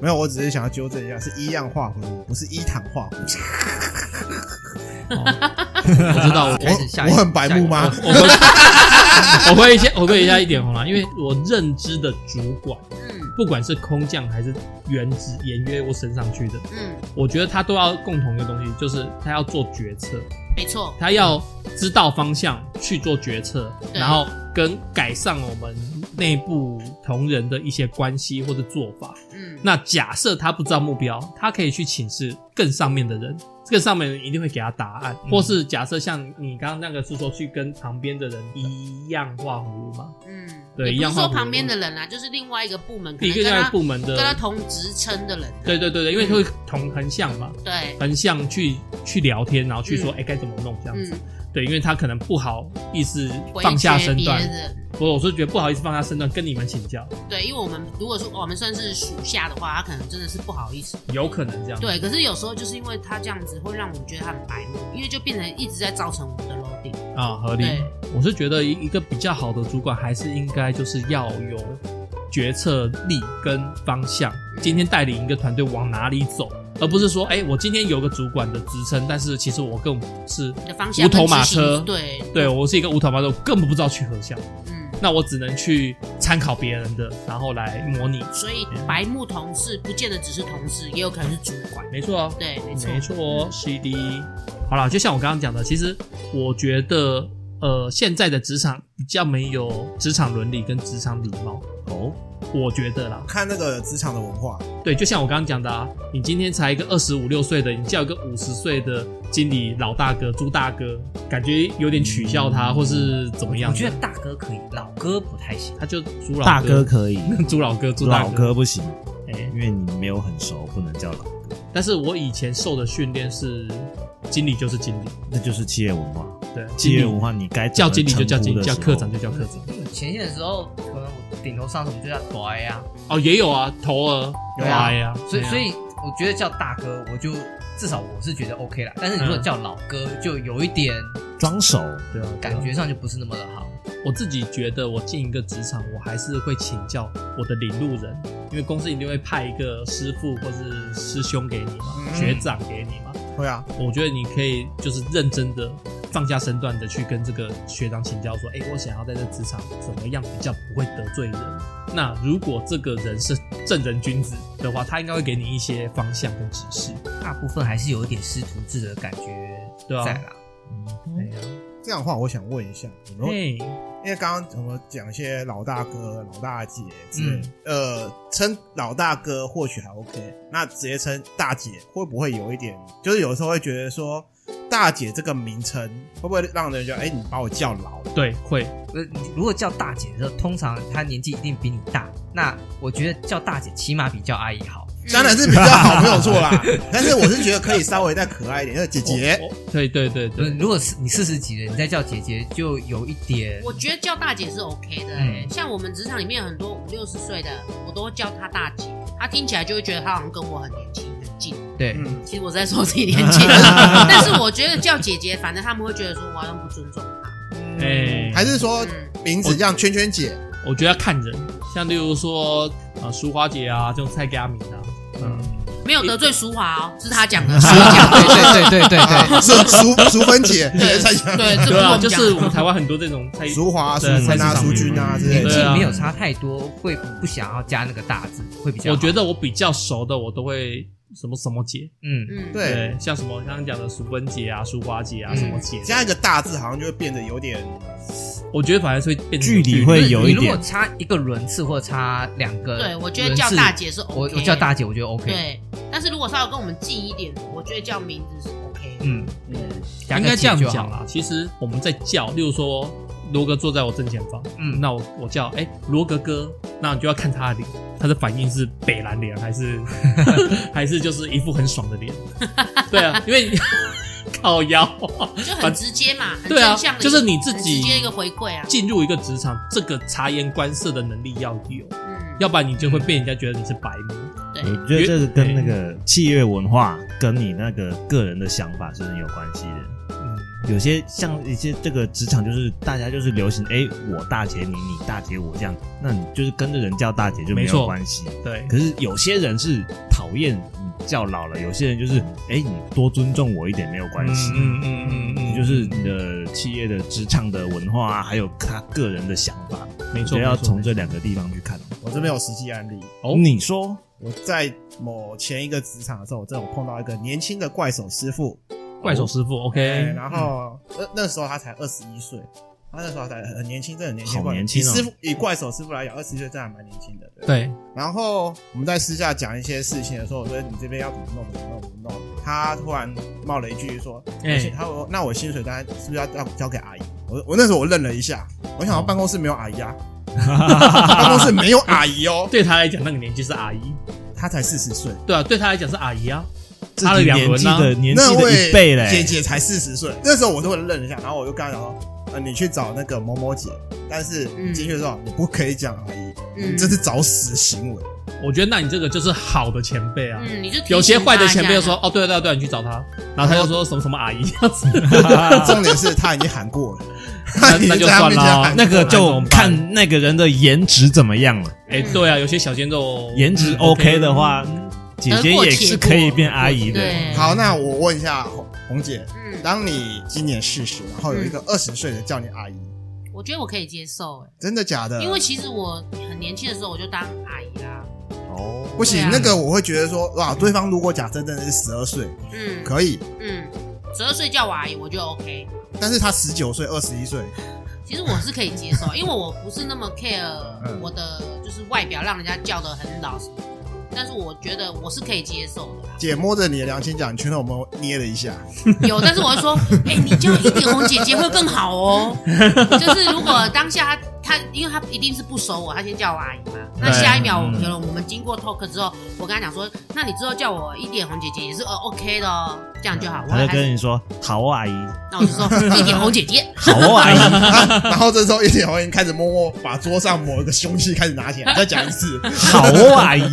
没有，我只是想要纠正一下，是一样画葫芦，不是一堂画葫芦。
我知 道，我开始下一
我我很白目吗？
我会我会一些，我会一下一点红啦，因为我认知的主管，
嗯
不管是空降还是原职延约我升上去的，
嗯，
我觉得他都要共同一个东西，就是他要做决策，
没错，
他要知道方向去做决策，
对
然后跟改善我们内部同仁的一些关系或者做法。
嗯，
那假设他不知道目标，他可以去请示更上面的人，更上面的人一定会给他答案。
嗯
或是假设像你刚刚那个是说去跟旁边的人一样画葫芦嘛，
嗯，
对
也
一
不
样
是
画
说
葫芦
旁边的人啊，就是另外一个部门，可
一
能
个
跟
那
他
个部门的
跟，他同职称的人啊，
对对对对，因为会同横向嘛，
对，
横向去去聊天，然后去说哎该、怎么弄这样子。
嗯，
对，因为他可能不好意思
回
放下
绝
身
别
段，
人，
我我是觉得不好意思放下身段跟你们请教，
对，因为我们如果说我们算是属下的话，他可能真的是不好意思。
有可能这样。
对，可是有时候就是因为他这样子，会让我们觉得他很白目，因为就变成一直在造成我们的 loading。
啊，合理
对。
我是觉得一一个比较好的主管，还是应该就是要有决策力跟方向。
嗯
今天带领一个团队往哪里走，而不是说，哎、我今天有个主管的职称，但是其实我更是
你的方向
无头
跟执
马
行
车
对
对，我是一个无头马车，我根本不知道去何向，
嗯，
那我只能去参考别人的，然后来模拟。
所以白目同事不见得只是同事，也有可能是主管。
没错啊，
对，没错，
没错哦，CD。好了，就像我刚刚讲的，其实我觉得，呃，现在的职场比较没有职场伦理跟职场礼貌，
哦，
我觉得啦。
看那个职场的文化，
对，就像我刚刚讲的啊，你今天才一个二十五六岁的，你叫一个五十岁的经理老大哥、朱大哥，感觉有点取笑他，或是怎么样
我
的？
觉得大哥可以，老哥不太行。
他就朱老
大哥
哥、
可以，
朱老哥、朱大
老哥不行，
哎、
因为你没有很熟，不能叫老哥，
但是我以前受的训练是，经理就是经理，
那就是企业文化。
对，
企
经
业
理
文化，你该怎
叫
么
经理就叫经理，
称
叫
呼的
科
时候
长就叫科长。
前线的时候，可能我顶头上什么就叫啊乖呀，
哦，也有啊，头儿
对啊
哎呀，
所以
对啊
所以我觉得叫大哥，我就至少我是觉得 OK 啦。但是你如果
嗯
叫老哥，就有一点
装熟，
对啊，对啊
感觉上就不是那么的好。
我自己觉得，我进一个职场，我还是会请教我的领路人，因为公司一定会派一个师傅或是师兄给你嘛，
嗯
学长给你嘛。
会啊，
我觉得你可以就是认真的放下身段的去跟这个学长请教，说，哎、我想要在这职场怎么样比较不会得罪人。那如果这个人是正人君子的话，他应该会给你一些方向跟指示，
大部分还是有一点师徒制的感觉
对啊
在啦。
哎呀
这样的话，我想问一下，有没有
嘿，
因为刚刚我们讲一些老大哥、老大姐之类的，
嗯
呃，称老大哥或许还 OK，那直接称大姐会不会有一点？就是有时候会觉得说，大姐这个名称会不会让人觉得，哎、你把我叫老？
对，会，
呃，你如果叫
哦
大姐的时候，通常她年纪一定比你大。那我觉得叫大姐起码比叫阿姨好。
当然是比较好，没 有错啦。但是我是觉得可以稍微再可爱一点，那姐姐
我，我哦对对对
不是
对，
如果是你四十几了，你再叫姐姐就有一点
我觉得叫大姐是 OK 的、
嗯
欸，像我们职场里面很多五六十岁的，我都会叫她大姐，她听起来就会觉得她好像跟我很年轻很近。
对，
嗯，
其实我在说自己年纪， 但是我觉得叫姐姐，反正他们会觉得说我好像不尊重她。
哎，
嗯还是说
嗯，
名字这样圈圈 姐，
我觉得要看人，像例如说啊，呃淑华姐啊，这种菜给阿米啊，
嗯
没有得罪淑华哦，是她 讲的，是我讲
对
的。
对对对对对，
啊，是淑淑芬姐，对，蔡强，
对，这不 是
对
我
啊，
们
就
讲
是
的。
我们台湾很多这种菜，
淑华、淑
对
芬啊、
菜市场
淑君啊之类
年
的。
纪
对啊
没有差太多，会不想要加那个大字，会比较好。
我觉得我比较熟的，我都会什么什么姐，
嗯，
嗯，
对，
对，像什么刚刚讲的淑芬姐啊、淑华姐啊
嗯
什么姐的，
加一个大字好像就会变得有点，
我觉得反而是会变成
距离会有
你
一
如果
点，
差一个轮次或差两个，
对，我觉得叫大，姐是 OK。
我我叫大姐，我觉得 OK。
对，但是如果稍微跟我们近一点的，我觉得叫名字是 OK 的。
嗯，
应该这样讲
了。
啦。其实我们在叫，例如说罗格坐在我正前方，
嗯
那我我叫哎罗格哥，那你就要看他的脸，他的反应是北蓝脸还是还是就是一副很爽的脸？对啊，因为 靠腰
就很直接嘛，很
对啊
正向的一个，
就是你自己
很直接的一个回馈啊。
进入一个职场，这个察言观色的能力要有，
嗯，
要不然你就会被人家觉得你是白目。
对，
我觉得这是跟那
哎
个企业文化跟你那个个人的想法是很有关系的。
嗯，
有些像一些这个职场，就是大家就是流行，哎，我大姐你，你大姐我这样，那你就是跟着人叫大姐就没
没错
有关系。
对，
可是有些人是讨厌你叫老了，有些人就是，哎，你多尊重我一点没有关系。
嗯嗯嗯嗯，
就是你的企业的职场的文化啊，还有他个人的想法，
没
你
错，
就要
没错
从这两个地方去看。
我这边有实际案例。
哦
你说，
我在某前一个职场的时候，我正有碰到一个年轻的怪手师傅，
怪手师傅
对，
哎
，OK，
然后那、那时候他才二十一岁，他那时候才很年轻，真的很年轻。
好
怪
年轻哦
以师傅以怪手师傅来讲，二十一岁真的还蛮年轻的。对。
对，
然后我们在私下讲一些事情的时候，我说你这边要怎么弄，怎么弄，怎么弄。他突然冒了一句说：“
哎
我薪他说那我薪水单是不是要要交给阿姨？”我我那时候我愣了一下，我想到办公室没有阿 姨啊，办公室没有阿姨哦，
对他来讲那个年纪是阿姨，啊
他才四十岁。
对啊，对他来讲是阿姨啊，
自
差了
己
两
年
轮
纪
啊
的年
那
纪的
位
一倍嘞，
姐姐才四十岁，那时候我突然愣了一下，然后我就跟她讲说，呃，你去找那个某某姐，但是
嗯
你进去的时候你不可以讲阿姨，
嗯，
你这是找死 行为。
我觉得那你这个就是好的前辈啊。
嗯，你就提醒
有些坏的前辈就说
大：“
哦，对对对，你去找他。”然后他就说什么什么阿姨这样子，
重点是她已经喊过 了，
那
她已经
那就
在她
算
面前
了
喊。
那
那
个
怎
就
么办
看那个人的颜值怎么样了。
哎，对啊，有些小鲜肉
颜值
嗯
OK 的话，姐姐也是可以变阿姨
家
的。
对，
好，那我问一下红红姐，
嗯，
当你今年四十，然后有一
嗯
个二十岁的叫你阿姨，
我觉得我可以接受，
真的假的？
哎，因为其实我很年轻的时候我就当阿姨啦，
哦，
不行
对啊，
那个我会觉得说，哇，对方如果假设真的是十二岁，
嗯
可以，
嗯，十二岁叫我阿姨我就 OK，
但是他十九岁、二十一岁，
其实我是可以接受，因为我不是那么 care 我的就是外表让人家叫的很老什么的，但是我觉得我是可以接受的啦。
姐摸着你的良心讲，你拳头有没有捏了一下？
有，但是我会说，哎、你叫一点红姐姐会更好哦。就是如果当下他他，因为他一定是不熟我，他先叫我阿姨嘛。那
对
下一秒，
嗯
可能我们经过 talk 之后，我跟他讲说，那你之后叫我一点红姐姐也是呃 OK 的哦，这样就好。我
他
还
就跟你说：“好啊，阿姨，
那我就说一点红姐姐，
好啊，阿姨。
然后这时候一点红已经开始默默把桌上某一个凶器开始拿起来，再讲 一次，”
好啊，阿姨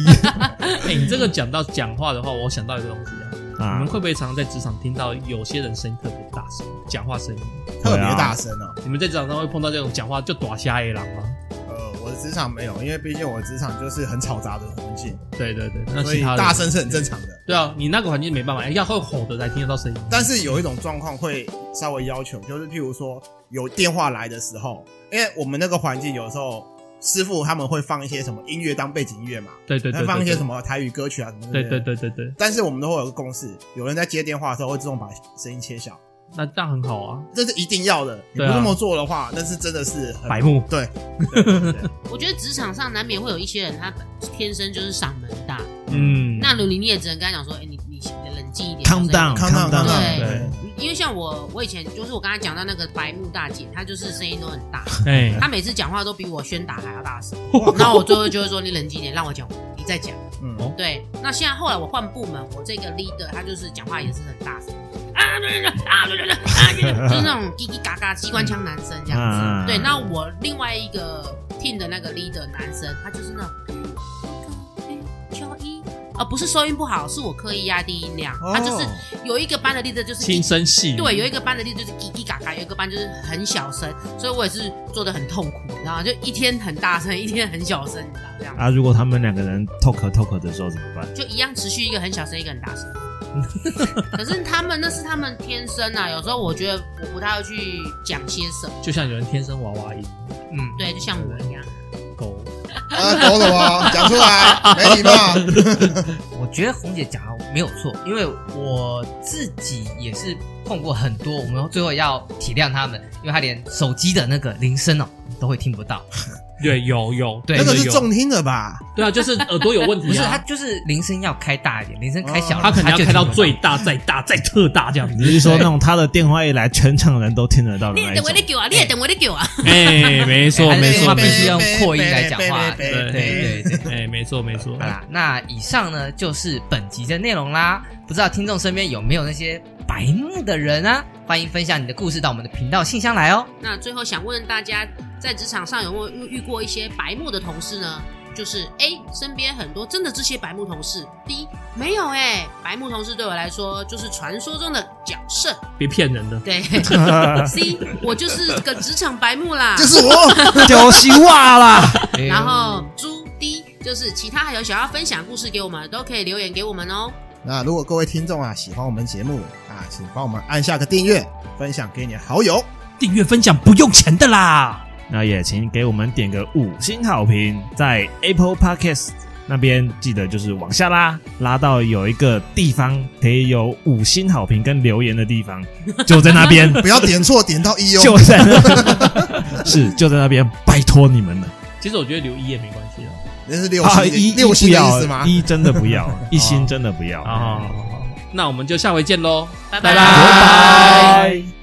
哎，你这个讲到讲话的话，我想到一个东西啊，你
啊
们，会不会常常在职场听到有些人声音特别大声，讲话声音？
特别大声哦。
你们在职场上会碰到这种讲话就短瞎野狼吗？
呃，我的职场没有，因为毕竟我的职场就是很嘈杂的环境，
对对对，那
所以
其他人
大声是很正常的。
对啊，你那个环境没办法，哎要会吼的才听得到声音。
但是有一种状况会稍微要求，就是譬如说有电话来的时候，因为我们那个环境有时候师傅他们会放一些什么音乐当背景音乐嘛，
对对对，
会放一些什
么？
么台语歌曲啊什么之类
对
的
对。对对对，
但是我们都会有个共识，有人在接电话的时候会自动把声音切小，
那这样很好啊，
这是一定要的。你不
对啊
这么做的话，那是真的是很
白目。
对，对对对
我觉得职场上难免会有一些人，他天生就是嗓门大。
嗯，
那如你你也只能跟他讲说，哎、你你冷静一点
，calm
小声一点
down，calm
down，
down。
对
对，
因为像我，我以前就是我刚才讲到那个白木大姐，她就是声音都很大，
哎，
她每次讲话都比我宣达还要大声。然后我最后就会说：“你冷静一点，让我讲，你再讲。”
嗯，
哦
对，那现在后来我换部门，我这个 leader 他就是讲话也是很大声。啊对对对啊对对对啊对对对，就是那种叽叽嘎嘎机关枪男生这样子。
嗯
对，那我另外一个 team 的那个 leader 男生，他就是那种嗯一个一秋一，啊不是收音不好，是我刻意压低音量，他哦就是
哦
有一个班的 leader 就是
轻
叽
声细语，
对，有一个班的力就是叽叽嘎嘎，有一个班就是很小声，所以我也是做的很痛苦，你知道吗？就一天很大声，一天很小声，你知道这样吗，
啊，如果他们两个人 talk talk 的时候怎么办？
就一样持续一个很小声，一个很大声。可是他们那是他们天生啊，有时候我觉得我不太会去讲些什么，
就像有人天生娃娃音，
嗯，
对，就像我一样，
狗
啊，懂什么？讲出来， 没礼貌。
我觉得红姐讲的没有错，因为我自己也是碰过很多，我们最后要体谅他们，因为他连手机的那个铃声哦都会听不到。
啊哎对，有有，
对
那个是
有
重听的吧？
对啊，就是耳朵有问
不
题
是，他
啊，
就是铃声要开大一点，铃声开小了，
哦他可能要
就
开到
听不
最大、再大、 再特大这样
你
子。
是说那种他的电话一来，全场人都听得到的
你也
那一
等我
种
的？给我，啊你也等我的给我。
哎，没错
哎还
没
是
错
他
没
必须
错，
用扩音来讲话。
对
对
对
对
对
对对。
哎，没错没错
好。啦，那以上呢就是本集的内容啦。不知道听众身边有没有那些白目的人啊？欢迎分享你的故事到我们的频道信箱来哦。
那最后想问大家，在职场上有没有遇遇过一些白目的同事呢？就是 A 身边很多真的这些白目同事，B 没有哎、白目同事对我来说就是传说中的角色。
别骗人的，
对，C 我就是个职场白目啦。
就是我，
屌西哇啦！
然后猪 D 就是其他还有想要分享故事给我们，都可以留言给我们哦。
那如果各位听众啊喜欢我们节目啊，请帮我们按下个订阅，分享给你的好友。
订阅分享不用钱的啦。
那也请给我们点个五星好评，在 Apple Podcast 那边记得就是往下拉，拉到有一个地方可以有五星好评跟留言的地 方，就在那边，
不要点错，点到一
就
哦。
在那， 是就在那边，拜托你们了。
其实我觉得留一也没关系的。
那是六
啊，
星
一
的，
一
六
不
星的
要
意思吗？哦
一真的不要，一
啊
星真的不要。
哦好好好好，好那我们就下回见喽，
拜
拜
拜
拜
拜。